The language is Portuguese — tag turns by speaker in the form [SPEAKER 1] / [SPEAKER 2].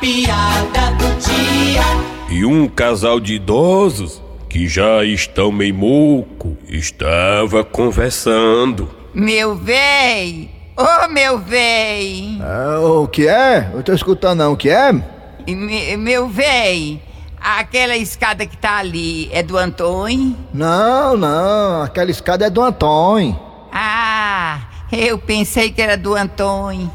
[SPEAKER 1] piada do dia.
[SPEAKER 2] E um casal de idosos que já estão meio moco estava conversando.
[SPEAKER 3] Meu véi! Ô meu véi!
[SPEAKER 4] Ah, o que é? Eu tô escutando não, o que é?
[SPEAKER 3] Me- meu véi! Aquela escada que tá ali é do Antônio?
[SPEAKER 4] Não, não, aquela escada é do Antônio.
[SPEAKER 3] Ah, eu pensei que era do Antônio.